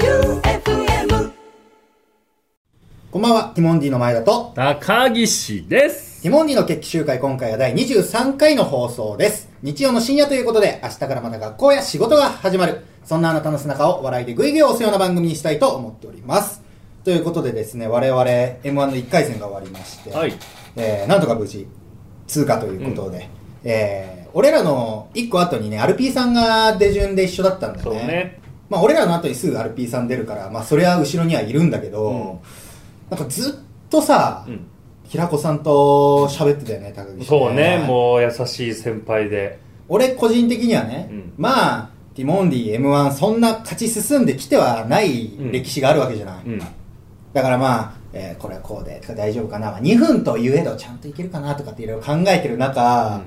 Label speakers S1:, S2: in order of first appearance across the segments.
S1: J-O-E-U-F-M
S2: こんばんは、ティモンディの前田と、
S3: 高岸です。
S2: ティモンディの決起集会今回は第23回の放送です。日曜の深夜ということで、明日からまた学校や仕事が始まる。そんなあなたの背中を笑いでグイグイ押すような番組にしたいと思っております。ということでですね、我々 M1 の1回戦が終わりまして、
S3: はい。
S2: えーなんとか無事通過ということで、えー俺らの1個後にね、アルピーさんが出順で一緒だったんだよ
S3: そうね。
S2: まあ、俺らの後にすぐアルピーさん出るから、まあ、それは後ろにはいるんだけど、なんかずっとさ、
S3: うん
S2: 平子さんと喋ってたよね、高岸。
S3: そうね、もう優しい先輩で。
S2: 俺個人的にはね、
S3: うん
S2: まあ、ティモンディ M1 そんな勝ち進んできてはない
S3: うん
S2: 歴史があるわけじゃない。
S3: うん。
S2: だからまあ、えーこれはこうで、大丈夫かな、まあ、2分と言えどちゃんといけるかなとかっていろいろ考えてる中、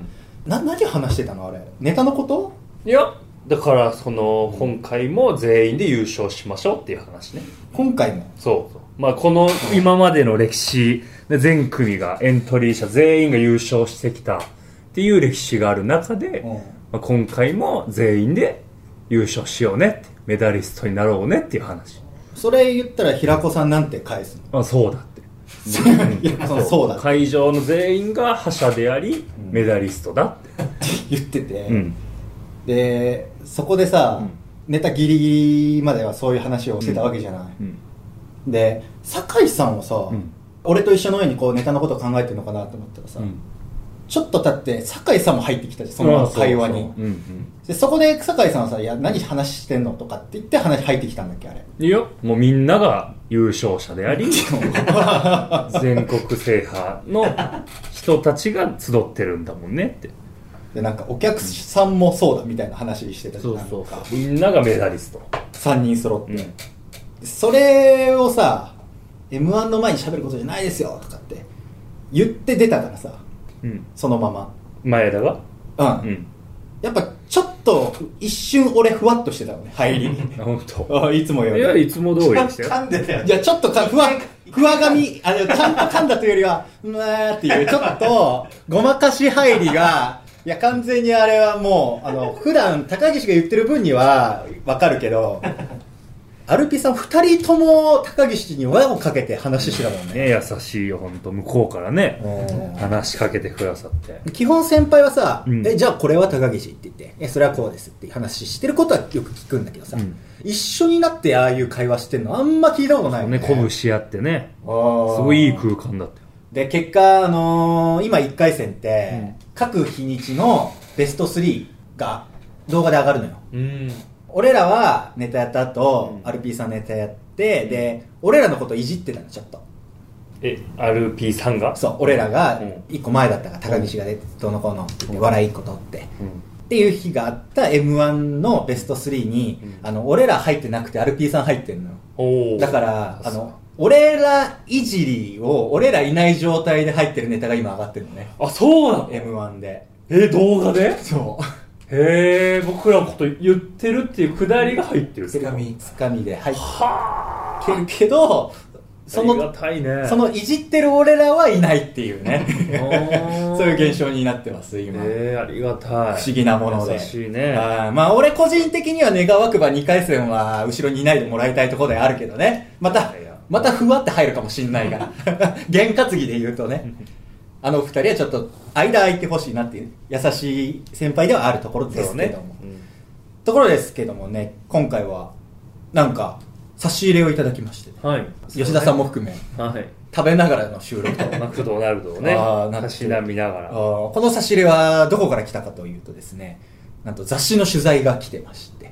S2: な、何話してたのあれ。ネタのこと
S3: いや、だから、その、今回も全員で優勝しましょうっていう話ね。
S2: 今回も。
S3: そうそう。まあ、この、今までの歴史、で全組が、エントリー者全員が優勝してきたっていう歴史がある中で、
S2: うん
S3: まあ、今回も全員で優勝しようねって、メダリストになろうねっていう話。
S2: それ言ったら平子さんなんて返すの
S3: あ、そうだって。
S2: 平子さんそうだって
S3: 会場の全員が覇者であり、メダリストだって。
S2: 言ってて、
S3: うん、
S2: でそこでさ、ネタギリギリまではそういう話をしてたわけじゃない、で酒井さんもさ、
S3: ん
S2: 俺と一緒のようにこうネタのことを考えてるのかなと思ったらさ、ちょっと経って酒井さんも入ってきたじゃんその会話に
S3: そうそうそううん
S2: でそこで酒井さんはさ「いや何話してんの?」とかって言って話入ってきたんだっけあれ
S3: うん、いやもうみんなが優勝者で あり全国制覇の人たちが集ってるんだもんねって
S2: でなんかお客さんもそうだみたいな話してたじゃんなんか
S3: みんながメダリスト
S2: 3人揃って、
S3: うん
S2: それをさ m 1の前に喋ることじゃないですよとかって言って出たからさ
S3: うん
S2: そのまま
S3: 前田が
S2: うん、
S3: うん
S2: やっぱちょっと一瞬俺ふわっとしてたのね入りに
S3: 本当
S2: あいつもよ
S3: いやいつも通りでしたよ
S4: 噛んでたよ
S2: じゃあちょっとかふわふわがみあのちゃんと噛んだというよりはうわーっていうちょっとごまかし入りがいや完全にあれはもうあの普段高岸が言ってる分にはわかるけどアルピさん二人とも高岸に輪をかけて話してたもんね
S3: ね優しいよ本当向こうからね
S2: うん
S3: 話しかけてくださって
S2: 基本先輩はさ、
S3: うん
S2: えじゃあこれは高岸って言ってえそれはこうですって話してることはよく聞くんだけどさ、
S3: うん
S2: 一緒になってああいう会話してんのあんま聞いたことないよ
S3: ね鼓舞し合ってね
S2: あー
S3: すごいいい空間だったよ
S2: で結果、あのー今1回戦って、各日にちのベスト3が動画で上がるのよ
S3: うん
S2: 俺らはネタやった後、アルピーさんネタやってで俺らのこといじってたのちょっと
S3: え RP さんが
S2: そう俺らが
S3: うん
S2: 1個前だったから高岸が出てどうのこうのって言って笑い1個取って、
S3: うん
S2: っていう日があった m 1のベスト3に、
S3: う
S2: あの俺ら入ってなくてアルピーさん入ってんのよ
S3: おー
S2: だからあの俺らいじりを俺らいない状態で入ってるネタが今上がってるのね
S3: あそうなの
S2: m 1で
S3: え動画 で
S2: そう
S3: へえ僕らのこと言ってるっていうくだりが入ってる
S4: 手紙
S2: つかみで入っ
S3: はあ
S2: てるけ どそ
S3: ありが
S2: の
S3: たいね
S2: そのいじってる俺らはいないっていう
S3: お
S2: ね
S3: ー
S2: そういう現象になってます今、
S3: えー、ありがたい
S2: 不思議なもので
S3: 優しいね
S2: あーまあ俺個人的には願わくば2回戦は後ろにいないでもらいたいところではあるけどねまた
S3: いやいや
S2: またふわって入るかもしんないが 験担ぎで言うとねあの二人はちょっと間空いてほしいなっていう優しい先輩ではあるところですけども、ところですけどもね今回はなんか差し入れをいただきまして
S3: うんはい
S2: 吉田さんも含め
S3: はい
S2: 食べながらの収録と
S3: マクドナルドを ね
S2: あーなって
S3: たしなみなが
S2: あ
S3: ら
S2: ーこの差し入れはどこから来たかというとですねなんと雑誌の取材が来てまして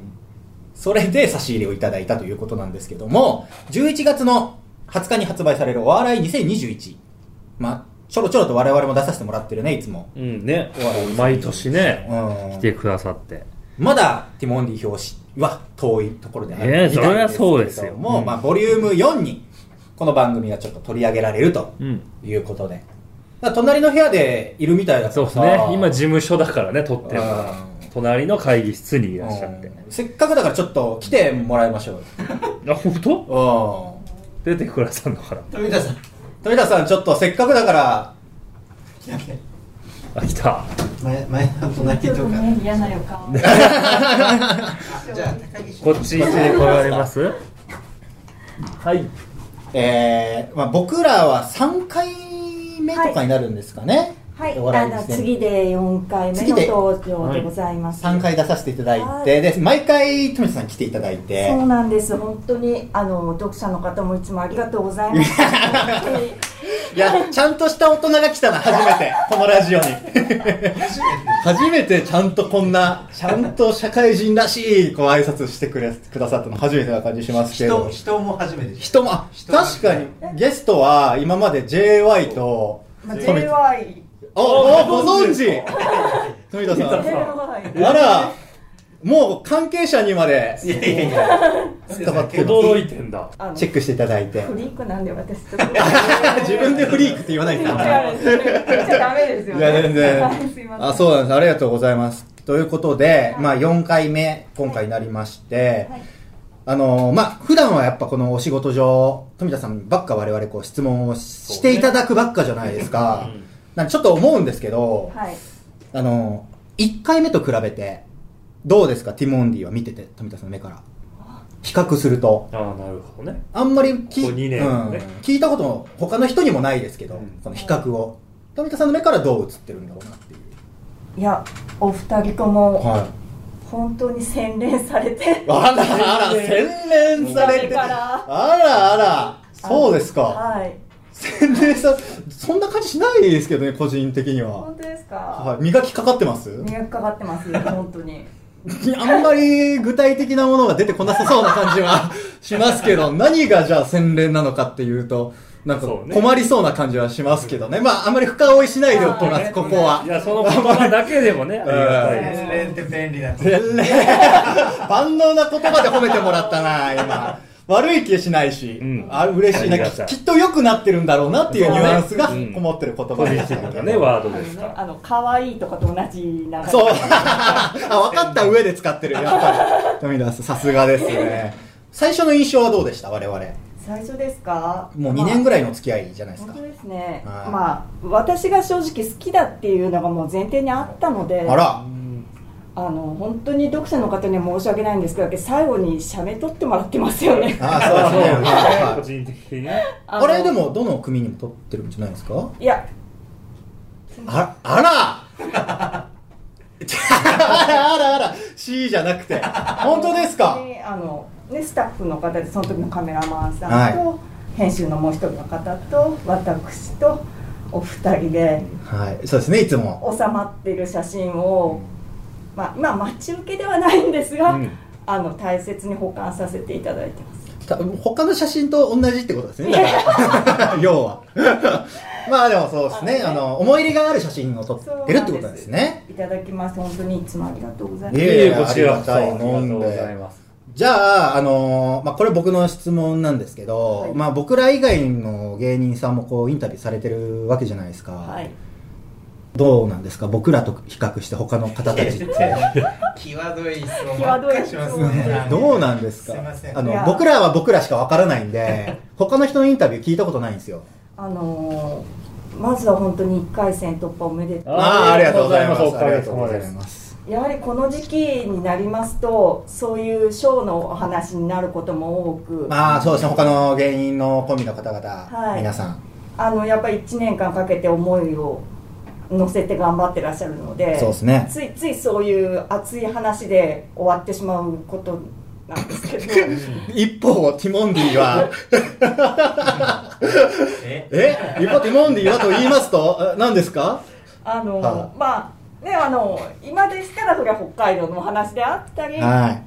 S2: それで差し入れをいただいたということなんですけども11月の20日に発売される「お笑い2021」まあちょろちょろと我々も出させてもらってるねいつも
S3: うんね
S2: お笑い
S3: 毎年ね
S2: うん
S3: 来てくださって
S2: まだティモンディ表紙は遠いところであ
S3: ええ
S2: みたい
S3: それはそうですよ
S2: けども
S3: うん
S2: まあ、ボリューム4にこの番組がちょっと取り上げられると
S3: うん
S2: いうことで、だから隣の部屋でいるみたいだか
S3: そう
S2: ら
S3: で
S2: さ
S3: すね今事務所だからね撮ってるから
S2: うん
S3: 隣の会議室にいらっしゃって
S2: うんせっかくだからちょっと来てもらいましょうよ
S3: あ本当
S2: うん
S3: 出てくださんのから
S4: 富田さん
S2: 富田さんちょっとせっかくだから
S4: 来た来た
S3: 秋田
S4: 前前半と泣きとか
S5: ね嫌な予感。
S4: じゃあ高岸
S3: こっち行って来られますはい
S2: えーまあ、僕らは3回目とかになるんですかね、
S5: はい、
S2: お笑
S5: あ
S2: い
S5: の
S2: ですね
S5: 次で4回目
S2: 次で
S5: の登場でございます。
S2: 3回出させていただいて、
S5: はい
S2: で毎回富田さん来ていただいて
S5: そうなんです。本当にあの読者の方もいつもありがとうござい ます。本当に
S2: いやちゃんとした大人が来たな初めてこのラジオに初めてちゃんとこんなちゃんと社会人らしいこう挨拶してくれくださったの初めてな感じしますけれども
S4: 人人も初めてでし
S2: 人もあ
S4: 人も
S2: 確かにゲストは今まで JY と
S5: まあ
S2: 富田
S5: JY、
S2: ああご存知富田さん
S5: JY、
S2: あら、もう関係者にまで
S4: たいやいやいや
S2: 伝わってます
S3: 驚いてんだ
S5: あの
S2: チェックしていただいて。
S5: フリークなんで私ちょっと。
S2: 自分でフリークって言わないか
S5: 違
S2: ら。
S5: うんですよ。言っちゃダメですよ
S2: い
S5: ね。
S2: や、全
S5: はいすい
S2: 然。
S5: ません。
S2: あ、そうなんです。ありがとうございます。ということで、まあ4回目、今回になりまして、
S5: はい
S2: あのーまあ、普段はやっぱこのお仕事上、富田さんばっか我々こう質問をしていただくばっかじゃないですか。なんでちょっと思うんですけど、
S5: はい。
S2: あのー、1回目と比べて、どうですか、ティモンディは見てて、富田さんの目から。比較すると。
S3: ああなるほどね
S2: あんまりき
S3: ここ2年
S2: うん
S3: ね
S2: 聞いたことも他の人にもないですけど、
S4: うん
S2: この比較を富田さんの目からどう映ってるんだろうなっていう
S5: いや、お二人とも
S2: はい
S5: 本当に洗練されて。
S2: あらあら洗練さ
S5: 見
S2: れ
S5: た目
S2: てあ
S5: から
S2: らあらそうですか
S5: はい。
S2: 洗練さそんな感じしないですけどね個人的には、
S5: 本当ですか。
S2: はい、磨きかかっ てます
S5: 磨きかかってます。 本当に。
S2: あんまり具体的なものが出てこなさそうな感じは しますけど、何がじゃあ洗練なのかっていうと、なんか
S3: そうね。
S2: 困りそうな感じはしますけどね。まあ、あんまり深追いしないでおきます、ここはい
S3: やその言葉だけでも ねありがたいです
S4: 洗練って便利なと
S2: 洗練 万能な言葉で褒めてもらったな、今。悪い気しないし、
S3: うん
S2: あ嬉しい
S3: あ
S2: な
S3: りが
S2: き
S3: たい
S2: きっと良くなってるんだろうなっていうニュアンスが
S3: そうねうん
S2: こもってる言
S3: ポ
S2: 葉
S3: ジ
S2: で
S3: テ
S2: した
S3: ィブな
S2: け
S3: ね
S2: ど。
S3: ワー
S5: あ
S3: ド
S5: の
S3: です
S5: ね
S3: か、ら
S5: あの可愛いとかと同じな
S2: そう。 あ、分かった上で使ってる。やっぱり。富田さん、さすがですね。最初の印象はどうでした我々。
S5: 最初ですか
S2: もう2年ぐ
S5: らい
S2: らいの付き合いじゃないですか
S5: 本当。ですね、
S2: はい
S5: まあ私が正直好きだっていうのがもう前提にあったので
S2: あら、
S5: あの本当に読者の方には申し訳ないんですけど最後に写メ撮ってもらってますよ ね
S2: あ
S3: あ
S2: そうですね。
S3: そう個
S2: はい
S3: 人的にね
S5: の
S2: あれでもどの組にも取ってるんじゃないですか
S5: いや
S2: ああら あらあらあら C じゃなくて本当ですか
S5: であの、ね、スタッフの方でその時のカメラマンさんと、編集のもう一人の方と私とお二人で
S2: はいそうですねいつも
S5: 収まってる写真を、まあ、今待ち受けではないんですが、
S3: うん
S5: あの大切に保管させていただいてます
S2: た他の写真と同じってことですねだ から要はまあでもそうですねあの思い入れがある写真を撮ってるってことなんですね
S5: いただきます本当にいつもありがとうございます
S2: いえ
S3: いえいえこちらこそ
S2: あ
S3: あ
S2: り
S3: り
S2: が
S3: が
S2: た
S3: と
S2: いもんで
S3: うございます
S2: じゃあ、あのーまあ、これ僕の質問なんですけど、
S5: はい
S2: まあ、僕ら以外の芸人さんもこうインタビューされてるわけじゃないですか、
S5: はい
S2: どうなんですか僕らと比較して他の方たちって
S4: 際どい質問
S5: 際どい
S4: ばっかしますね
S2: どうなんですか
S4: すいません
S2: あ
S5: い
S2: の
S5: や
S2: 僕らは僕らしかわからないんで他の人のインタビュー聞いたことないんですよ
S5: あのーまずは本当に1回戦突破おめでと
S3: あー
S2: ー
S3: お
S2: あ
S3: か
S2: り
S3: げ
S2: がと
S3: さ
S2: う
S3: ま
S2: ご
S3: です
S2: ざいます
S5: うやはりこの時期になりますとそういうショーのお話になることも多く
S2: まあそうですね他の芸人のコンビの方々、
S5: はい
S2: 皆さん
S5: あのやっぱり1年間かけて思いを乗せて頑張ってらっしゃるので
S2: そうですね
S5: ついついそういう熱い話で終わってしまうことなんですけど
S2: 一方ティモンディは
S4: え
S2: え一方ティモンディはと言いますとえ何ですか
S5: あの
S2: は
S5: まあねあの今でしたらそれは北海道のお話であったり、
S2: は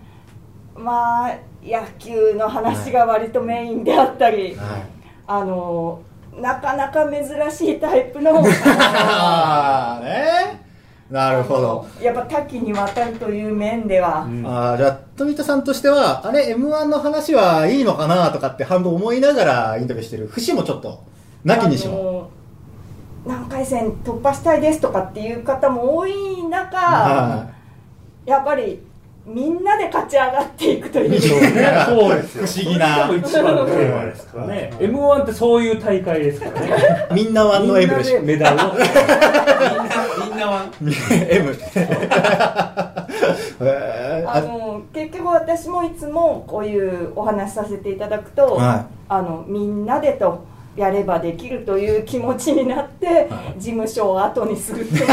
S5: まあ野球の話が割とメインであったり、
S2: い、はい
S5: あのなかなか珍しいタイプの
S2: ああ ねなるほど、
S5: やっぱ多岐にわたるという面では、
S3: うん
S2: あーじゃあ富田さんとしてはあれ m 1の話はいいのかなとかって半分思いながらインタビューしてる節もちょっとなきにしも
S5: も何回戦突破したいですとかっていう方も多い中、
S2: は
S5: やっぱりみんなで勝ち上がっていくという
S3: そうねそうですよ
S2: 不思議な
S3: それが一番のテーマですからね m 1ってそういう大会ですからね
S2: いみんなワンのエブル
S3: みんなでメダルを
S4: みんな
S3: まん
S2: M えー
S5: あ
S2: あ
S5: の結局私もいつもこういうお話しさせていただくと、
S2: はい
S5: あのみんなでとやればできるという気持ちになって、事務所を後にする っていう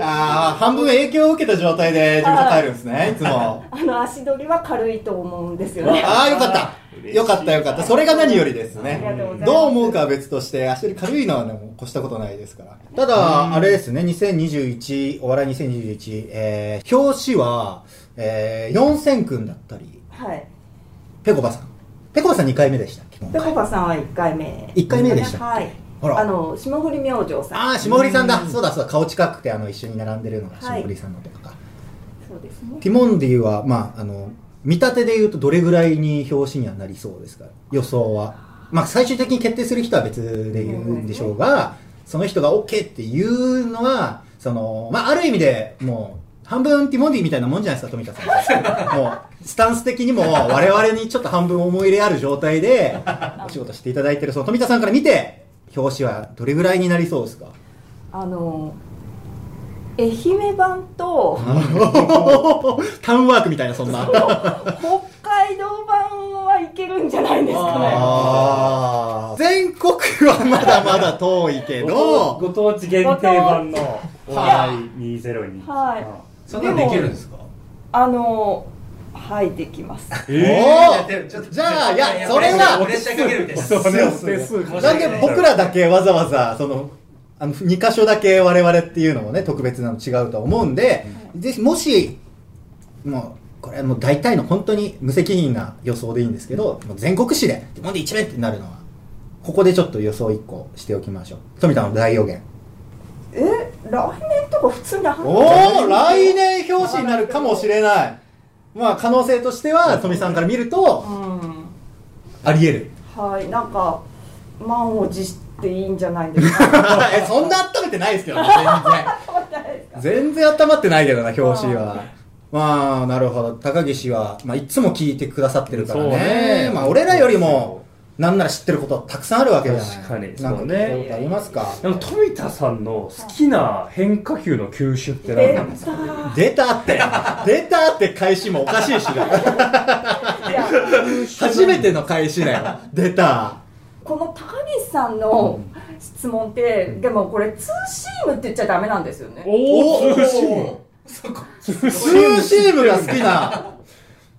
S2: あー半分影響を受けた状態で事務所帰るんですねいつも
S5: あの足取りは軽いと思うんですよね。
S2: ああよかったよかったよかったそれが何よりです
S5: ありがとうござい
S2: ね
S5: ます
S2: どう思うかは別として足取り軽いのはねもう越したことないですからただあれですね2021お笑い2021、えー、表紙は、えー、四千君だったり
S5: はい。
S2: ぺこばさんぺこばさん2回目でしたっけ
S5: でコパさんは1回目。
S2: 一回目でしたっ
S5: は
S2: け
S5: い。
S2: ほら
S5: あの霜降り明星さん。
S2: ああ霜降りさんだそうだそうだ顔近くてあの一緒に並んでるのが霜降りさんのとかか、
S5: そうですね。
S2: ティモンディはまああの見立てで言うとどれぐらいに表紙にはなりそうですか予想はまあ最終的に決定する人は別で言うんでしょうが、その人が OK っていうのはそのまあある意味でもう半分ティモンディみたいなもんじゃないですか富田 さんもうスタンス的にも我々にちょっと半分思い入れある状態でお仕事していただいてるその富田さんから見て表紙はどれぐらいになりそうですか
S5: あの愛媛版と
S2: タウンワークみたいなそんな
S5: 北海道版はいけるんじゃないですかね。
S2: あー全国はまだまだ遠いけど、
S3: ご当地限定版の
S2: ご当地
S3: 2021
S5: はい
S4: そんなんできるんですか
S5: あのはいできます。
S3: え
S2: お
S4: いやちょっと
S2: じゃあいや
S4: ちょっと
S2: それは
S4: プレッシャーかけるみたいな
S3: それは定数
S2: ー
S3: か
S2: なんで僕らだけわざわざそのあの2箇所だけ我々っていうのもね特別なの違うとは思うんで、ぜひもしもうこれはもう大体の本当に無責任な予想でいいんですけどもう全国紙で「なんで一面?」ってなるのはここでちょっと予想1個しておきましょう富田の大予言
S5: え来年とか普通にある
S2: おお来年表紙になるかもしれないまあ可能性としては富さんから見ると
S5: うん
S2: あり得る
S5: はいなんか満を持していいんじゃないです か。
S2: えそんな温めてないですけどね全然全然温まってないけどな表紙はまあなるほど高岸は、まあ、いつも聞いてくださってるからね
S3: そうね
S2: まあ俺らよりもなんなら知ってることたくさんあるわけじゃない
S3: 確かに
S2: なんか
S3: そ
S2: 聞
S3: うね
S2: いたことありますか
S3: でも富田さんの好きな変化球の球種って何なんですか
S2: 出たって出たって返しもおかしいし な
S5: いや
S2: 初めての返しだよ出た
S5: この高岸さんの質問って、でもこれツーシームって言っちゃダメなんですよね。
S3: お
S2: お
S3: お通信通
S2: ツーシームが好きな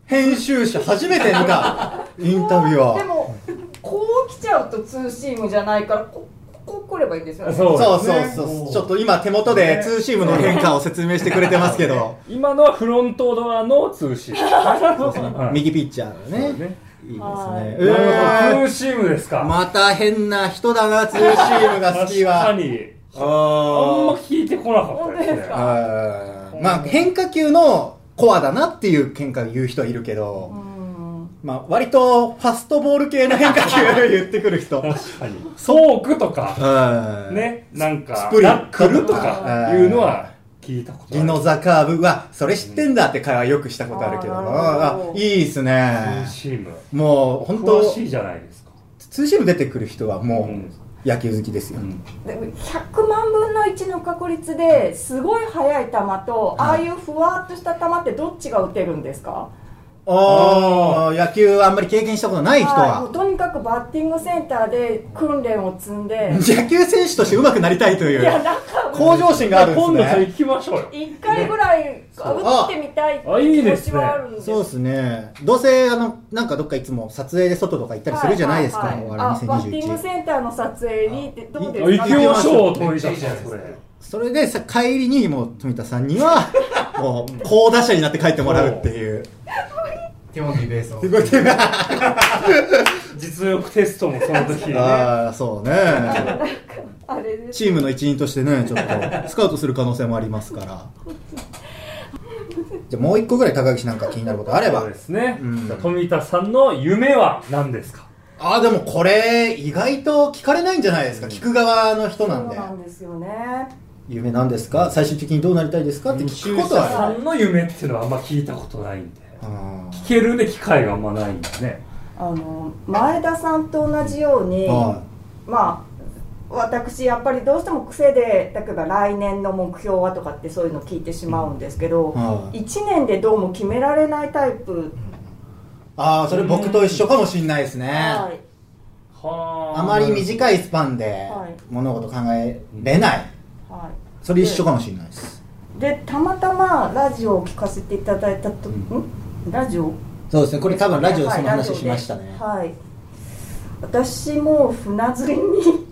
S2: 編集者初めて見たインタビュア
S5: で
S2: ー
S5: もこう来ちゃうとツーシームじゃないからこここ来ればいいんですよね。
S3: そう
S2: そう
S3: です
S2: そう
S3: ね
S2: そうちょっと今手元でツーシームの変化を説明してくれてますけど
S3: 今のはフロントドアの通信はい
S2: 右ピッチャーだ
S3: そ
S2: ね
S3: うね
S2: いいですね
S5: はい
S3: なるほ
S2: え
S3: どツーシームです
S2: ー
S3: か
S2: また変な人だなツーシームが好き
S3: 確
S2: は
S3: か
S2: あ
S3: にあんま
S2: ー
S3: 聞いてこなかったですね
S5: 本
S2: あーまあ変化球のコアだなっていう見解を言う人はいるけど、
S5: うん
S2: まあ割とファストボール系の変化球を言ってくる 人
S3: 確かにソークとか
S2: うん
S3: ねなんか
S2: スプリ
S3: ラ
S2: ット
S3: ック
S2: とか
S3: ルとかいうのは聞いたことあ
S2: ギ
S3: る
S2: ノザカーブはそれ知ってんだって会話よくしたことあるけど
S5: あーなる
S2: あ
S5: ほど
S2: いいです
S3: ツー
S2: ね
S3: シーム
S2: もう本
S3: 詳
S2: 当
S3: しいじゃないですか
S2: ツーシーム出てくる人は
S3: う
S2: も
S3: ん
S2: う野球好きですよ、
S5: でも100万分の1の確率ですごい速い球とああいうふわっとした球ってどっちが打てるんですか
S2: ああ野球はあんまり経験したことない人
S5: はいも
S2: は
S5: うとにかくバッティングセンターで訓練を積んで
S2: 野球選手として上手くなりたいとい
S5: いや
S2: う
S5: なんかもう
S2: 向上心があるん
S3: 今度
S2: です
S3: それ
S2: ね
S3: 聞きましょうよ
S5: 一回ぐらい打ってみたいって
S3: あい
S5: 気
S3: い
S5: 持
S3: です
S5: ち
S3: ね
S5: はあるんです
S2: そうですねどうせあのなんかどっかいつも撮影で外とか行ったりするじゃないです
S5: は
S2: か、
S5: はは
S2: 我
S5: あバ
S2: 々
S5: ッティング
S2: 2021
S5: センターの撮影にってどうで
S3: あ
S5: すか
S3: 行きましょう
S4: め
S3: 富
S4: っち
S3: 田
S4: ゃいいじゃ
S3: さそ
S4: なんいです
S3: れ
S4: か
S2: それでさ帰りにもう富田さんにはもう好打者になって帰ってもらうっ ていう
S4: ティモンディベースを
S2: すごい手が
S3: 実力テストもその時にね
S2: ああそうね
S5: あれです
S2: チームの一員としてねちょっとスカウトする可能性もあります からじゃあもう一個ぐらい高岸なんか気になることあれば
S3: そうですね
S2: うん
S3: じゃあ富田さんの夢は何ですか
S2: ああでもこれ意外と聞かれないんじゃないですか聞く側の人
S5: そ
S2: な
S5: うん
S2: で
S5: なんですよね
S2: 夢なんですか最終的にどうなりたいですかって聞くこと
S3: 富田さ
S2: はある
S3: んの夢っていうのはあんま聞いたことないんで
S2: あ
S3: 聞けるね機会があんまないんでね
S5: あの前田さんと同じように
S2: ーは
S5: まあ私やっぱりどうしても癖で例えば来年の目標はとかってそういうの聞いてしまうんですけど、
S2: はい
S5: 1年でどうも決められないタイプ、
S2: ああそれ僕と一緒かもしんないですね、
S5: はい
S3: は
S2: あまり短いスパンで
S5: はい
S2: 物事考えれない、
S5: は
S2: それ一緒かもしんないです
S5: い、でたまたまラジオを聞かせていただいたと、ん、ラジオ
S2: そうですねこれ多分ラジオでその
S5: はいラジ
S2: 話
S5: オで
S2: しましたね、
S5: はい私も船釣りに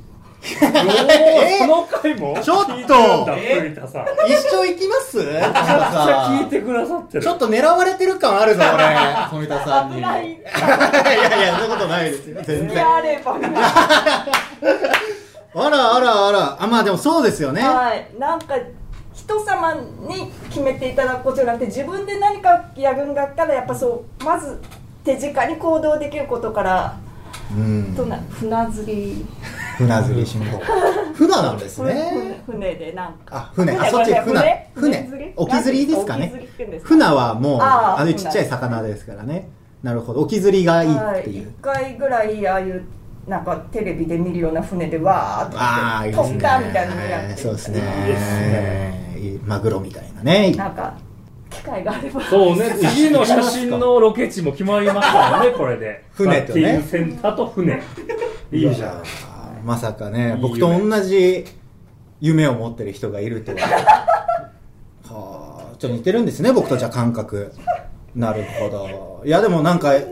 S2: え
S3: この回も
S2: ちょっと
S3: 聞いてるんだ栗田さん
S2: 一生行きますめちゃ
S3: めちゃ聞いてくださってる
S2: ちょっと狙われてる感あるぞ俺富田さんに
S5: 危ない
S2: やいやそんなことないですよ全
S5: で
S2: 然
S5: あればな
S2: あらあらあらあまあでもそうですよね、
S5: はい、なんか人様に決めていただくことじゃなくて自分で何かやるんだったらやっぱそうまず手近に行動できることから、
S2: うん
S5: とな船釣り
S2: 船釣りしも船なんですね
S5: ふ船でなんか
S2: あ船あそっち
S5: ごめんなさい
S2: 船
S5: 船
S2: 船沖釣りですか
S5: 沖釣
S2: ね
S5: りって言うんですか
S2: 船はもう
S5: あー
S2: あのちっちゃい魚ですからねなるほど沖釣りがいいってい
S5: は
S2: う
S5: 一回ぐらいああいうなんかテレビで見るような船でわ
S2: あ
S5: ー
S2: あい
S5: っ
S2: い
S5: と飛
S2: です
S5: ん
S2: ね
S5: だみたいなのやって
S2: そうです
S3: いいです
S2: ね
S3: ね
S2: いいマグロみたいなね
S5: なんか機会があれば
S3: そうね次の写真のロケ地も決まりました よねこれで
S2: 船とね
S3: バッティングセンターと船いいじゃん
S2: んまさかね
S3: いい
S2: 僕と
S3: 夢
S2: 同じ夢を持ってる人がいるとは はあちょっと似てるんですね僕とじゃあ感覚なるほどいやでもなんか
S5: はい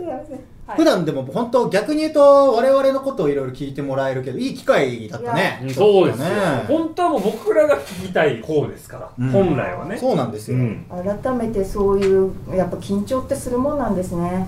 S2: 普段でも本当逆に言うと我々のことをいろいろ聞いてもらえるけどいい機会だったね
S3: うんそうですよ
S2: ちょっとね
S3: 本当はもう僕らが聞きたい方ですから、
S2: うん
S3: 本来はね
S2: そうなんですよ、
S3: ん
S5: 改めてそういうやっぱ緊張ってするもんなんです ね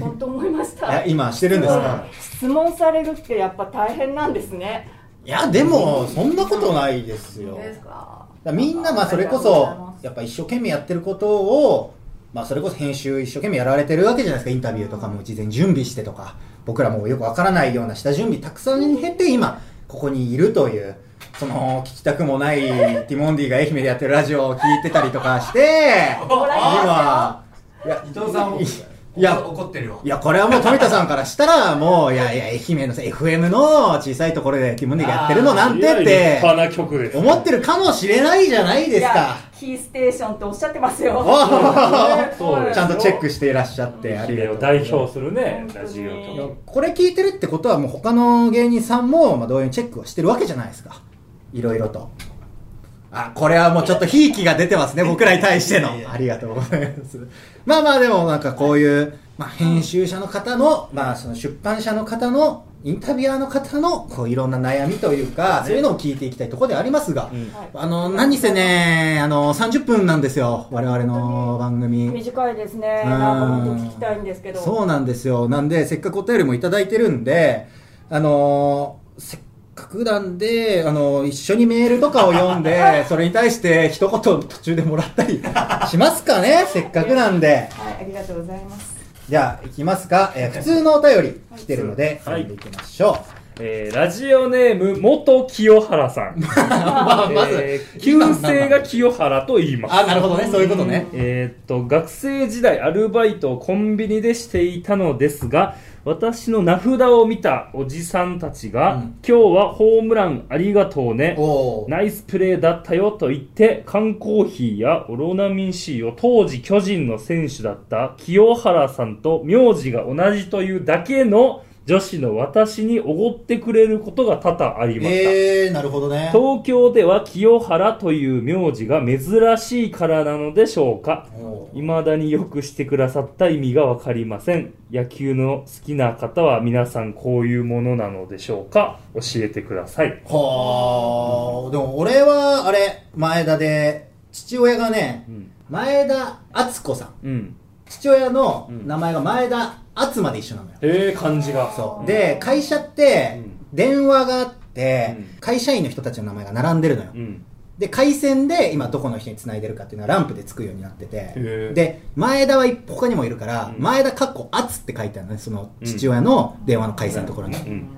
S5: 本当思いまし
S2: いや
S5: た
S2: 今してるんですか、
S5: 質問されるってやっぱ大変なんですね
S2: いやでもそんなことないですよ
S5: ですか
S2: だからみんなまあそれこそやっぱ一生懸命やってることを、まあ、それこそ編集一生懸命やられてるわけじゃないですかインタビューとかも事前準備してとか僕らもよくわからないような下準備たくさん経て今ここにいるというその聞きたくもないティモンディが愛媛でやってるラジオを聞いてたりとかして
S5: ほら
S2: 今いや
S4: 伊藤さんを
S2: いや
S4: 怒ってるわ
S2: いや、これはもう富田さんからしたら、もう、いやいや、愛媛のさ FM の小さいところでティモンディがやってるのなんてっ
S3: いや
S2: て
S3: 立派な曲です
S2: 思ってるかもしれないじゃないです
S5: いや
S2: か。
S5: キーステーションっておっしゃってますよ
S3: そうですよ
S2: ちゃんとチェックしていらっしゃって、あ
S3: 愛
S2: りがと
S3: 媛
S2: う
S3: を
S2: ござい
S3: 代
S2: ます。
S3: 表するね
S5: 本当に
S3: ラジオとか
S2: これ聞いてるってことは、もう他の芸人さんも、まあ、同様にチェックをしてるわけじゃないですか。いろいろと。あ、これはもうちょっとひいきが出てますね、僕らに対しての
S4: いやい。や
S2: ありがとうございます。まあまあでもなんかこういう、まあ編集者の方の、まあその出版社の方の、インタビュアーの方の、こういろんな悩みというか、そういうのを聞いていきたいところではありますが、あの、何せね、あの、30分なんですよ、我々の番組。
S5: 短いですね
S2: うん
S5: なんかもっと聞きたいんですけど
S2: そうなんですよなんでせっかくお便りもいただいてるんであのーせっかくなんで、あのー一緒にメールとかを読 んでそれに対して一言途中でもらったりしますか ねせっかくなんで
S5: はいありがとうございます
S2: じゃあいきますか、えー普通のお便り来てるので
S3: は
S2: 読
S3: い
S2: んでいきましょう、
S3: えーラジオネーム元清原さん
S2: まあまず、
S3: えー旧姓が清原と言います
S2: あなるほどねそういうことね
S3: えーっと学生時代アルバイトをコンビニでしていたのですが私の名札を見たおじさんたちが、
S2: うん
S3: 今日はホームランありがとうね
S2: おお
S3: ナイスプレーだったよと言って缶コーヒーやオロナミン C を当時巨人の選手だった清原さんと名字が同じというだけの女子の私におごってくれることが多々ありました、
S2: えー、なるほどね
S3: 東京では清原という名字が珍しいからなのでしょうか
S2: おー
S3: 未だによくしてくださった意味がわかりません野球の好きな方は皆さんこういうものなのでしょうか教えてください
S2: はあでも俺はあれ前田で父親がね
S3: うん
S2: 前田敦子さん
S3: うん
S2: 父親の名前が前田敦まで一緒なのよ、
S3: ええ感じが
S2: そうで会社って電話があって、
S3: うん
S2: 会社員の人たちの名前が並んでるのよ、
S3: うん
S2: で回線で今どこの人に繋いでるかっていうのはランプでつくようになってて
S3: へー
S2: で前田は他にもいるから、
S3: うん
S2: 前田かっこ敦って書いてあるのねその父親の電話の回線のところに、
S3: う
S2: だか
S3: ん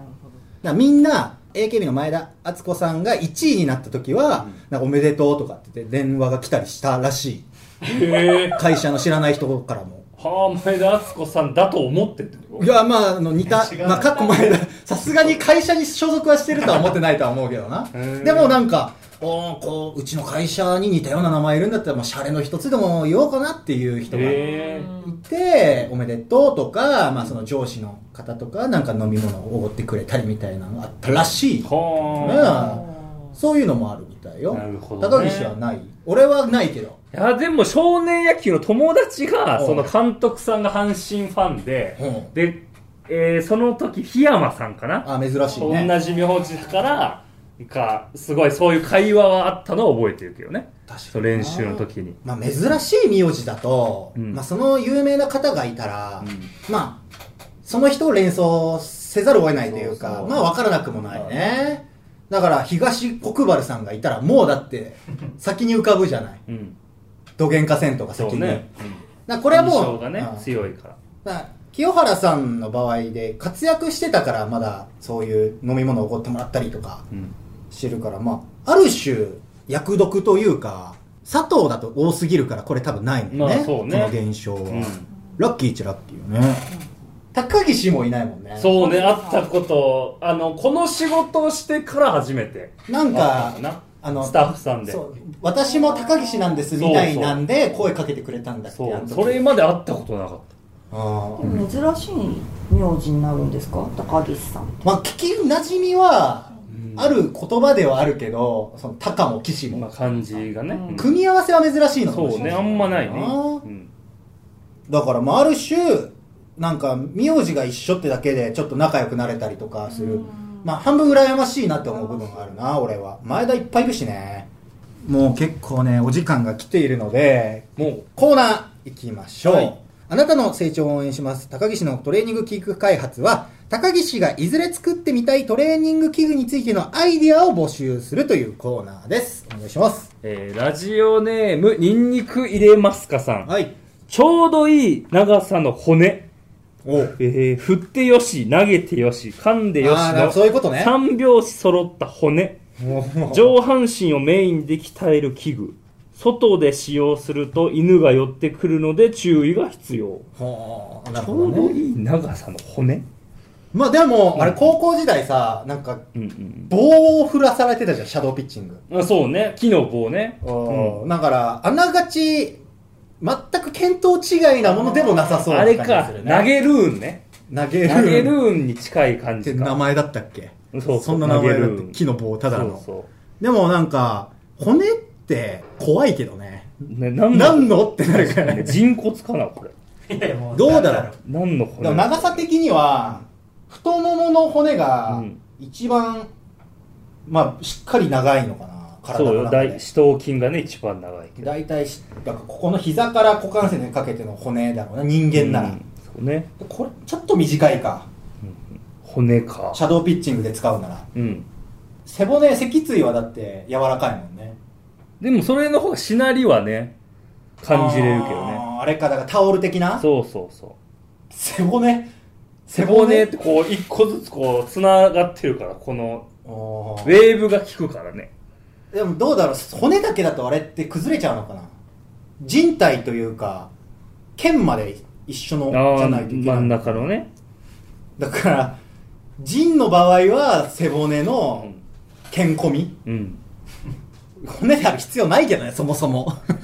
S2: らみんな AKB の前田敦子さんが1位になった時は、なんかおめでとうとかって言って電話が来たりしたらしい
S3: へえ
S2: 会社の知らない人からも
S3: はあ前田敦子さんだと思ってってこと
S2: いや、まあ、あの、似た
S4: 違、う
S2: まあ、過去前だ、さすがに会社に所属はしてるとは思ってないとは思うけど な。
S3: ー
S2: でもなんか、おーこう、うちの会社に似たような名前いるんだったら、まあ、シャレの一つでも言おうかなっていう人がい
S3: へえ
S2: て、おめでとうとか、まあ、その上司の方とか、なんか飲み物をおごってくれたりみたいなのがあったらしい。
S3: はあ
S2: うんそういうのもあるみたいよ。
S3: なるほどね
S2: 高岸はない俺はないけど。
S3: いやでも少年野球の友達が
S2: うん
S3: その監督さんが阪神ファンで
S2: うん
S3: で、えーその時檜山さんかな
S2: あ、珍しいね。
S3: 同じ名字だからなんかすごいそういう会話はあったのを覚えてるけどね
S2: 確かに
S3: そう練習の時に
S2: まあ、珍しい名字だと、
S3: うん
S2: まあ、その有名な方がいたら、
S3: う
S2: まあその人を連想せざるを得ないというか
S3: そうそう
S2: まあ分からなくもないねだから東国原さんがいたらもうだって先に浮かぶじゃない
S3: うん
S2: 土源化戦とか
S3: そ
S2: 先
S3: う
S2: に、
S3: ね、う
S2: だ
S3: ん、
S2: からこれは
S3: 印
S2: も
S3: 象
S2: う
S3: がね
S2: うん
S3: 強いから
S2: だから清原さんの場合で活躍してたからまだそういう飲み物をおごってもらったりとか
S3: うん
S2: してるからまあある種役読というか佐藤だと多すぎるからこれ多分ないもんね,、
S3: まあそうね
S2: この現象は、
S3: うん
S2: ラッキーっちゃラッキーよね、高岸もいないもんね
S3: そうね、あったこと、あの、この仕事をしてから初めて。
S2: なん
S3: あ
S2: か
S3: ったな
S2: あの
S3: スタッフさんで。
S2: そ
S3: そう
S2: 私も高岸なんですみたいなんで声かけてくれたんだってあの
S3: う、
S2: 時
S3: それまで会ったことなかっ
S2: あー
S5: 珍しい名字になるんですか高岸さんって
S2: まあ聞き馴染みは
S3: うん
S2: ある言葉ではあるけどその高も岸
S3: た。まあ、
S2: も
S3: 感じがね。
S5: うん
S3: うん
S2: 組み合わせは珍しいのかも
S3: そ
S2: しれ
S3: うね、
S2: い
S3: あんまないね。
S2: あー
S3: うん
S2: だからまあある種なんか名字が一緒ってだけでちょっと仲良くなれたりとかするまあ半分羨ましいなって思う部分があるな俺は前田いっぱいいるしねもう結構ねお時間が来ているので
S3: もう、
S2: コーナー行きましょう、
S3: はい
S2: あなたの成長を応援します高岸のトレーニング器具開発は高岸がいずれ作ってみたいトレーニング器具についてのアイディアを募集するというコーナーですお願いします
S3: えーラジオネーム、ニンニク入れますかさん。
S2: はい
S3: ちょうどいい長さの骨。
S2: お
S3: えー振ってよし、投げてよし、噛んでよし
S2: あーなるほど
S3: の
S2: そういうことね
S3: 3拍子揃った骨。 上半身をメインで鍛える器具外で使用すると犬が寄ってくるので注意が必要
S2: ほうなる
S3: ち
S2: ほ
S3: ょ
S2: ど
S3: う
S2: ね
S3: どいい長さの骨
S2: まあでも、あれ高校時代さ、なんか、
S3: うん
S2: 棒を振らされてたじゃん、シャドーピッチング。
S3: うんあそうね木の棒ね
S2: うんだから、あながち、全く見当違いなものでもなさそう
S3: あ
S2: な
S3: れ
S2: 感じが
S3: か
S2: するね。
S3: 投げルーンね
S2: 投げ
S3: 投
S2: る。
S3: げルーンに近い感
S2: って
S3: じ
S2: 名
S3: か
S2: 前だったっけ
S3: そうそう
S2: そんな名前だ
S3: 投
S2: っ
S3: げ
S2: て
S3: る
S2: 木の棒ただの
S3: そう
S2: でもなんか骨って怖いけどね
S3: そうね何
S2: 何のってなるからね
S3: 人骨かなこれ
S4: いやいやも
S2: どうだろう
S3: 何の
S2: で
S3: 骨
S2: も長さ的には太ももの骨が
S3: うん
S2: 一番、まあしっかり長いのかな体
S3: そ
S2: の
S3: うよ
S2: 中
S3: 大
S2: で
S3: 四頭筋がね一番長いけど
S2: 大体しだからここの膝から股関節にかけての骨だろうな人間なら、
S3: うんそうね
S2: これちょっと短いか
S3: 骨か
S2: シャドーピッチングで使うなら
S3: うん
S2: 背骨脊椎はだって柔らかいもんね
S3: でもそれの方がしなりはね感じれるけどね
S2: あーあれかだからタオル的な
S3: そうそうそう
S2: 背骨
S3: 背骨ってこう一個ずつこうつながってるからこの
S2: お
S3: ウ
S2: ー
S3: ェーブが効くからね
S2: でもどうだろう骨だけだとあれって崩れちゃうのかな人体というか剣まで一緒のじ
S3: あ
S2: ゃ
S3: あ
S2: ないといけ
S3: 真
S2: ない
S3: ん中のね
S2: だから人の場合は背骨の剣込み
S3: うん
S2: 骨である必要ないけどねそもそも
S3: 確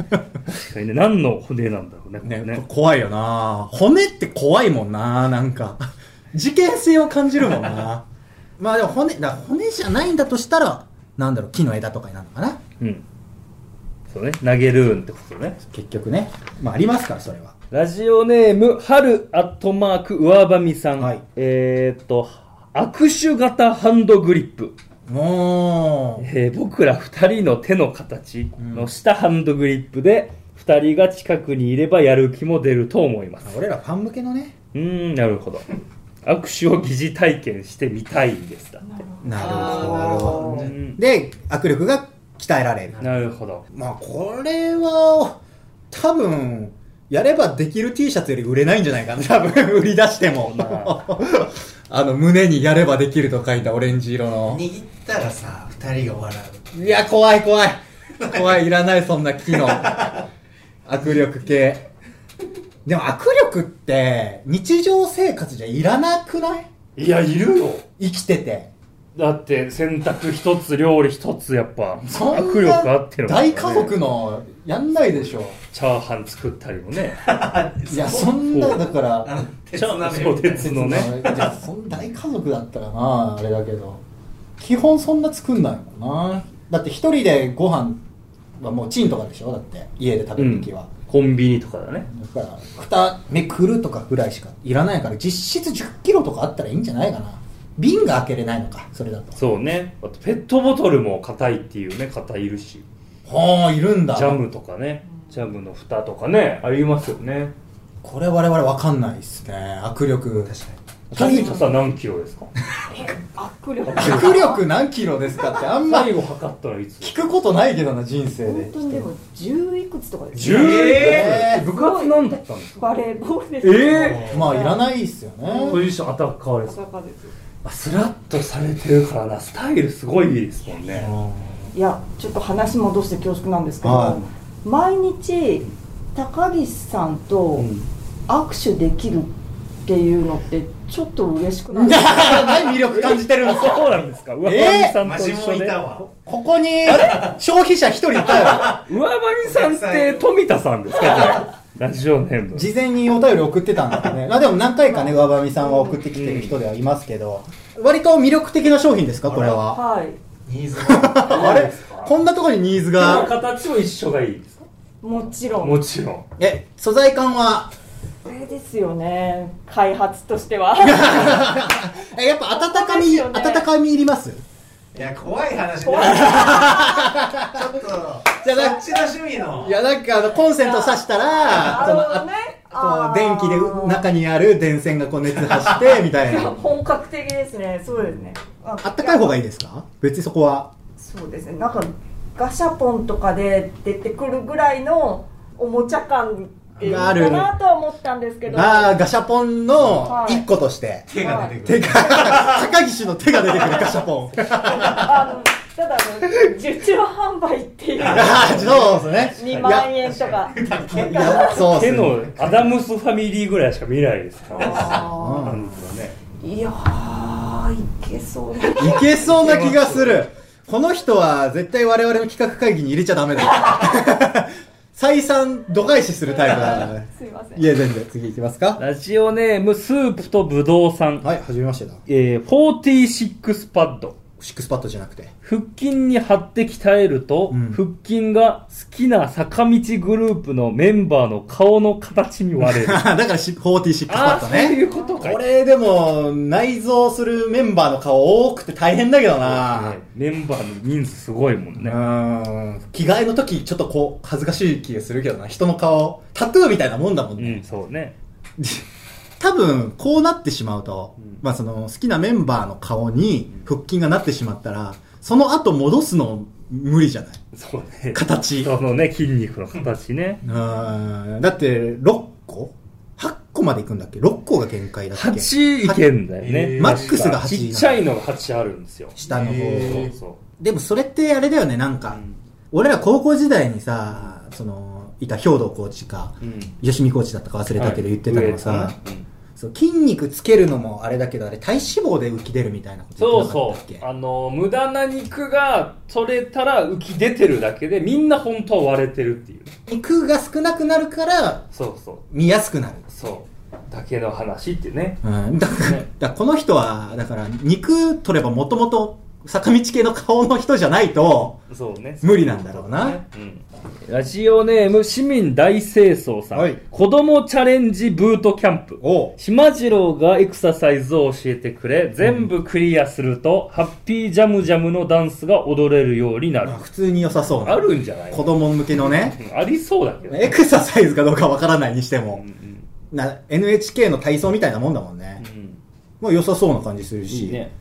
S3: かにね何の骨なんだろうねこれね
S2: 怖いよな骨って怖いもんななんか 事件性を感じるもんな まあでも骨だから骨じゃないんだとしたらなんだろう木の枝とかになるのかな
S3: うんそうね投げるんってことね
S2: 結局ねまあありますからそれは
S3: ラジオネーム春アットマーク上ばみさん、
S2: はい
S3: えーっと握手型ハンドグリップ
S2: もう
S3: えー僕ら2人の手の形の下ハンドグリップで2人が近くにいればやる気も出ると思います
S2: 俺らファン向けのね
S3: うーんなるほど握手を疑似体験してみたいんですだって
S2: なる
S3: う
S2: ほど
S3: ん
S2: で握力が鍛えられる
S3: なるほど
S2: まあこれは多分やればできる T シャツより売れないんじゃないかな 多分売り出しても
S3: まあ
S2: あの胸にやればできると書いたオレンジ色の
S4: 握ったらさ、二人が笑
S2: いや怖い怖い怖いいらないそんな木の握力系でも握力って日常生活じゃいらなくない
S3: いや、いるよ。
S2: 生きてて。
S3: だって、洗濯一つ、料理一つ、やっぱ、
S2: そんな
S3: 握力あってのが
S2: 大
S3: ね
S2: 家族のやんないでしょ。
S3: チャーハン作ったりもね。
S2: いや、そんな、だから。
S4: あの鉄
S3: そう
S4: 鍋みたいな
S3: 鉄のね
S2: いやそんな大家族だったらなあれだけど基本そんな作んないもんなだって一人でご飯はもうチンとかでしょだって家で食べる時は、
S3: コンビニとかだね。
S2: だから蓋めくるとかぐらいしかいらないから実質1 0キロとかあったらいいんじゃないかな瓶が開けれないのかそれだと
S3: そうね。あと、ペットボトルも硬いっていうね、方いるし。
S2: はあいるんだ
S3: ジャムとかね。ジャムの蓋とかね、ありますよね。
S2: これ我々わかんないっすね握力
S4: 確かに
S3: 神田さん何キロですか
S5: 握力
S2: 握力何キロですかってあんま
S3: 最
S2: り
S3: 後測ったのいつ
S2: 聞くことないけどな人生
S5: 本
S2: で
S5: 当にでも10いくつとかです
S3: 10
S5: よ
S3: キロ
S2: えー
S3: 部活何だったんですか
S5: バレーボールです
S3: え
S2: まあいらないっすよね
S3: ポジションアタッカーですか
S5: 坂です
S3: あスラッとされてるからなスタイルすごいいいですもんね
S5: いやちょっと話戻して恐縮なんですけど、
S2: は
S5: 毎日高岸さんと握手できるっていうのってちょっと嬉しくないですか
S2: 何魅力感じてるんです
S3: そう
S2: か
S3: なんですか上
S2: え
S3: 張
S2: ー
S3: さん
S4: マ
S3: と
S4: ジ
S3: 一
S4: も
S3: 緒
S4: い
S3: で
S4: たわ
S2: ここに消費者一人いたよ
S3: 上張さんって富田さんです かこれラジオネーム
S2: 事前にお便り送ってたんだよねまあでも何回かね上場さんは送ってきてる人ではいますけど割と魅力的な商品ですかこれは
S5: はい
S4: ニーズも
S2: あれこんなところにニーズが
S3: 形も一緒がいいですか
S5: もちろん
S3: もちろん
S2: え素材感は
S5: これですよね開発としては
S2: えやっぱ温かみ、
S5: そうですよね
S2: 温かみいります
S4: いや怖い話
S5: 怖い
S4: ねちょっ
S2: じ
S4: と
S2: ゃあ
S4: そっちの趣味の
S2: いやなんかあのコンセント挿したら
S5: な
S2: そ
S5: る
S2: の
S5: ほど
S2: あ
S5: ね
S2: こう電気で
S5: に
S2: 中にある電線がこう熱発 してみたいな
S5: 本格的ですねそうですねあ
S2: あったかい方がいいですか別にそこは
S5: そうですねなんかガシャポンとかで出てくるぐらいのおもちゃ感っていうのかなとは思ったんですけど
S2: ああガシャポンの一個として
S4: 手が出て
S2: 手
S4: くる
S2: が高岸の手が出てくるガシャポン
S5: あのただあの受注販売っていう
S2: ああそうですね
S5: 2万円とか
S2: いやそうで
S3: 手
S2: すね
S3: のアダムスファミリーぐらいしか見ないですから
S5: あ
S3: なんですよね
S5: ーいやーいけそうない
S2: けそうな気がするこの人は絶対我々の企画会議に入れちゃダメだ 再三度外視するタイプだからね
S5: すいません
S2: いや全然次いきますか
S3: ラジオネームスープとぶどうさん、
S2: はい始めましてだ
S3: えー、46パッド
S2: シックスパッドじゃなくて
S3: 腹筋に貼って鍛えると、
S2: うん
S3: 腹筋が好きな坂道グループのメンバーの顔の形に割れ る。あ
S2: だからし46パッ
S3: あ
S2: ド
S3: ー、そうい
S2: ね
S3: うことか。
S2: これでも内蔵するメンバーの顔多くて大変だけどな
S3: ねメンバーの人数すごいもん
S2: う
S3: ね。
S2: ーん着替えの時ちょっとこう恥ずかしい気がするけどな人の顔タトゥーみたいなもんだもん
S3: う
S2: ね
S3: ん、、そうね。
S2: 多分こうなってしまうと、
S3: うん
S2: まあその好きなメンバーの顔に腹筋がなってしまったらその後戻すの無理じゃない
S3: そうね。
S2: 形う
S3: そのね、筋肉の形ね。
S2: ーんだって6個8個までいくんだっけ6個が限界だっけ
S3: 8いけんだよね。
S4: えー
S2: マックスが8
S3: ちっちゃいのが8あるんですよ。
S2: 下の方、
S4: へ
S3: そう
S4: ー
S3: そ
S2: でもそれってあれだよねなん
S3: う。う
S2: か、
S3: ん
S2: 俺ら高校時代にさそのいた兵藤コーチか
S3: うん。
S2: 吉見コーチだったか忘れたけど言ってたのがさ、
S3: はい上とねうん
S2: そう筋肉つけるのもあれだけどあれ体脂肪で浮き出るみたいなこと
S3: そう
S2: 言
S3: そ
S2: ってなかっ
S3: う。
S2: たっ
S3: あの、無駄な肉が取れたら浮き出てるだけで、みんな本当は割れてるっていう。
S2: け肉が少なくなるから
S3: そうそ
S2: 見やすくなる、
S3: う。そう。だけの話ってね。
S2: うん、だから
S3: ね
S2: だからこの人はだから肉取ればもともと坂道系の顔の人じゃないと
S3: そうね。
S2: 無理なんだろうな
S3: うん。ラジオネーム、市民大清掃さん。
S2: はい
S3: 子供チャレンジブートキャンプ。
S2: おう
S3: 島次郎がエクササイズを教えてくれ、全部クリアすると、ハッピージャムジャムのダンスが踊れるようになる
S2: まあ。普通に良さそうな
S3: あるんじゃない
S2: 子供向けのね
S3: うんありそうだけどね。
S2: エクササイズかどうかわからないにしても
S3: う、ん
S2: な NHK の体操みたいなもんだもん
S3: う
S2: ね
S3: ん。うん
S2: もう良さそうな感じするし。
S3: いいね。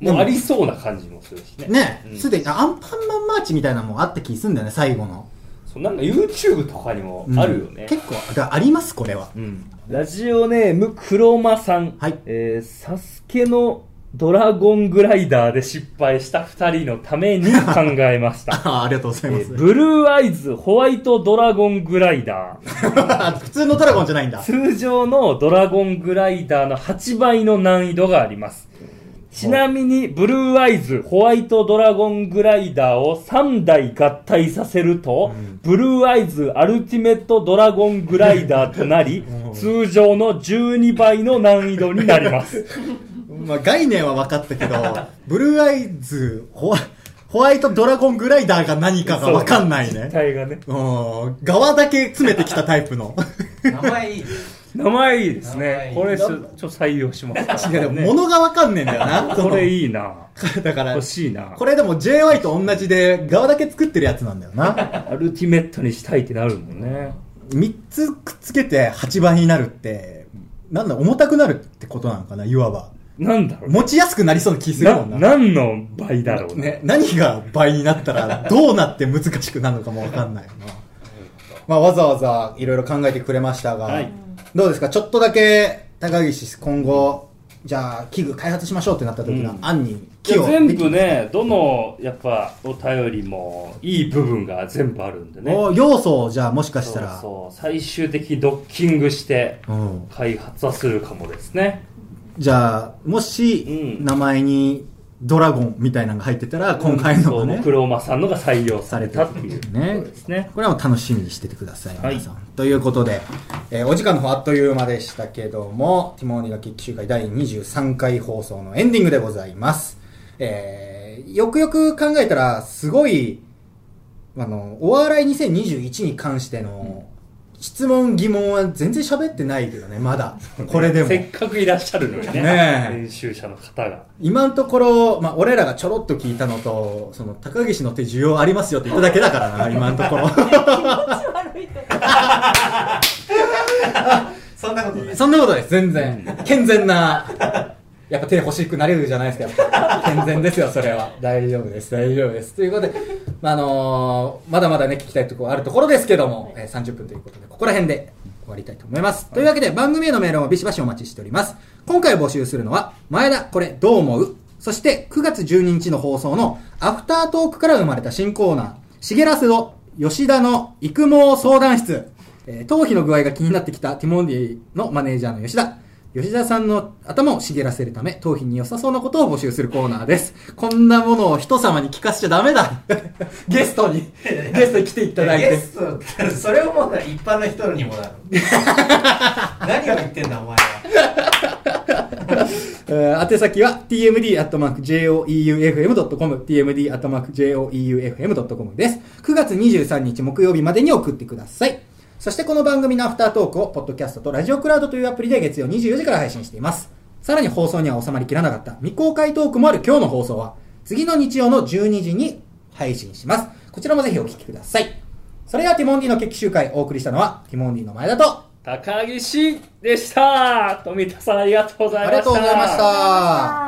S3: もうありそうな感じもするしね。
S2: ね
S3: うん
S2: すでにあアンパンマンマーチみたいなのもんあった気すんだよね、最後の。
S3: そうなんか YouTube とかにもあるよ
S2: う
S3: ね
S2: ん。結構、だからあります、これは。
S3: うんラジオネーム黒間さん、
S2: はい
S3: えー、サスケのドラゴングライダーで失敗した2人のために考えました。
S2: あありがとうござい
S3: え
S2: ま
S3: ー
S2: す。
S3: ブルーアイズホワイトドラゴングライダ ー。
S2: 普通のドラゴンじゃないんだ。
S3: 通常のドラゴングライダーの8倍の難易度があります。ちなみに、ブルーアイズ、ホワイトドラゴングライダーを3台合体させると、ブルーアイズ、アルティメットドラゴングライダーとなり、通常の12倍の難易度になります。
S2: まあ、概念は分かったけ ど、ブルーアイズ、ホワホワイトドラゴングライダーが何かが分かんない
S3: 実
S2: ね。
S3: 体がね。
S2: うん。側だけ詰めてきたタイプの。
S4: 名前いい。
S3: 名前いいです
S4: 名前い
S3: ね。
S4: い
S3: これちょ、ちょっと採用します。
S2: いやで も物が分かんねえんだよな。
S3: これ
S2: い。
S3: いいな。
S2: だから
S3: 欲、しいな。
S2: これでも JY と同じで側だけ作ってるやつなんだよな。
S3: アルティメットにしたいってなるもんね。
S2: 3つくっつけて8倍になるって、なんだ、重たくなるってことなのかな、いわば。
S3: なんだろう
S2: 持ちやすくなりそうな気するもんな。
S3: 何の倍だろう
S2: ね
S3: ね、。
S2: 何が倍になったらどうなって難しくなるのかもわかん ないよな。まあわざわざいろいろ考えてくれましたが、
S3: はい
S2: どうですかちょっとだけ高岸今後、じゃあ器具開発しましょうってなった時の
S3: うん
S2: 案に
S3: い
S2: 木
S3: や
S2: を、
S3: 全部ね、どのやっぱお便りもいい部分が全部あるんでね。
S2: お要素をじゃあもしかしたら、
S3: そうそう最終的にドッキングして
S2: うん
S3: 開発はするかもですね。
S2: じゃあもし、
S3: うん
S2: 名前にドラゴンみたいなのが入ってたら今回の
S3: そ
S2: が
S3: う
S2: ね、
S3: 黒馬さんのが採用さ
S2: さ
S3: れ
S2: れ
S3: た
S2: たっ
S3: っ
S2: てて
S3: い
S2: いうう
S3: ね
S2: ね。
S3: ですね。
S2: これはもう楽しみにしててください、
S3: はい
S2: 皆さん。ということで、えーお時間の方あっという間でしたけども、ティモーニが決起集会第23回放送のエンディングでございます。えーよくよく考えたら、すごい、あの、お笑い2021に関しての、質問、疑問は全然喋ってないけどね、まだ。これでも。
S3: せっかくいらっしゃるのにね。
S2: ねえ
S3: 編集者の方が。
S2: 今のところ、まあ、俺らがちょろっと聞いたのと、その、高岸の手需要ありますよって言っただけだからな、今のところ。
S5: 悪いとか
S4: そんなことない。
S2: そんなことないです、全然。健全な。やっぱ手欲しくなれるじゃないですか、やっぱ。健全ですよ、それは。大丈夫です、大丈夫です。ということで、まああのーまだまだね、聞きたいところあるところですけども、えー30分ということで、ここら辺で終わりたいと思います。というわけで、番組へのメールもビシバシお待ちしております。今回募集するのは、前田、これどう思うそして、9月12日の放送の、アフタートークから生まれた新コーナー、しげらせの吉田の育毛相談室。えー頭皮の具合が気になってきたティモンディのマネージャーの吉田。吉田さんの頭を茂らせるため、頭皮に良さそうなことを募集するコーナーです。こんなものを人様に聞かせちゃダメだ ゲストに、ゲストに来ていただい
S4: ゲ
S2: て。
S4: スト、それをもう一般の人にも なる。何を言ってんだ、お前は。
S2: えー宛先は tmd.joeufm.com、tmd.joeufm.com です。9月23日木曜日までに送ってください。そしてこの番組のアフタートークを、ポッドキャストとラジオクラウドというアプリで月曜24時から配信しています。さらに放送には収まりきらなかった未公開トークもある今日の放送は、次の日曜の12時に配信します。こちらもぜひお聞きください。それではティモンディの決起集会お送りしたのは、ティモンディの前田と、
S3: 高岸でした富田さんありがとうございま
S2: あり
S3: した。
S2: がとうございました。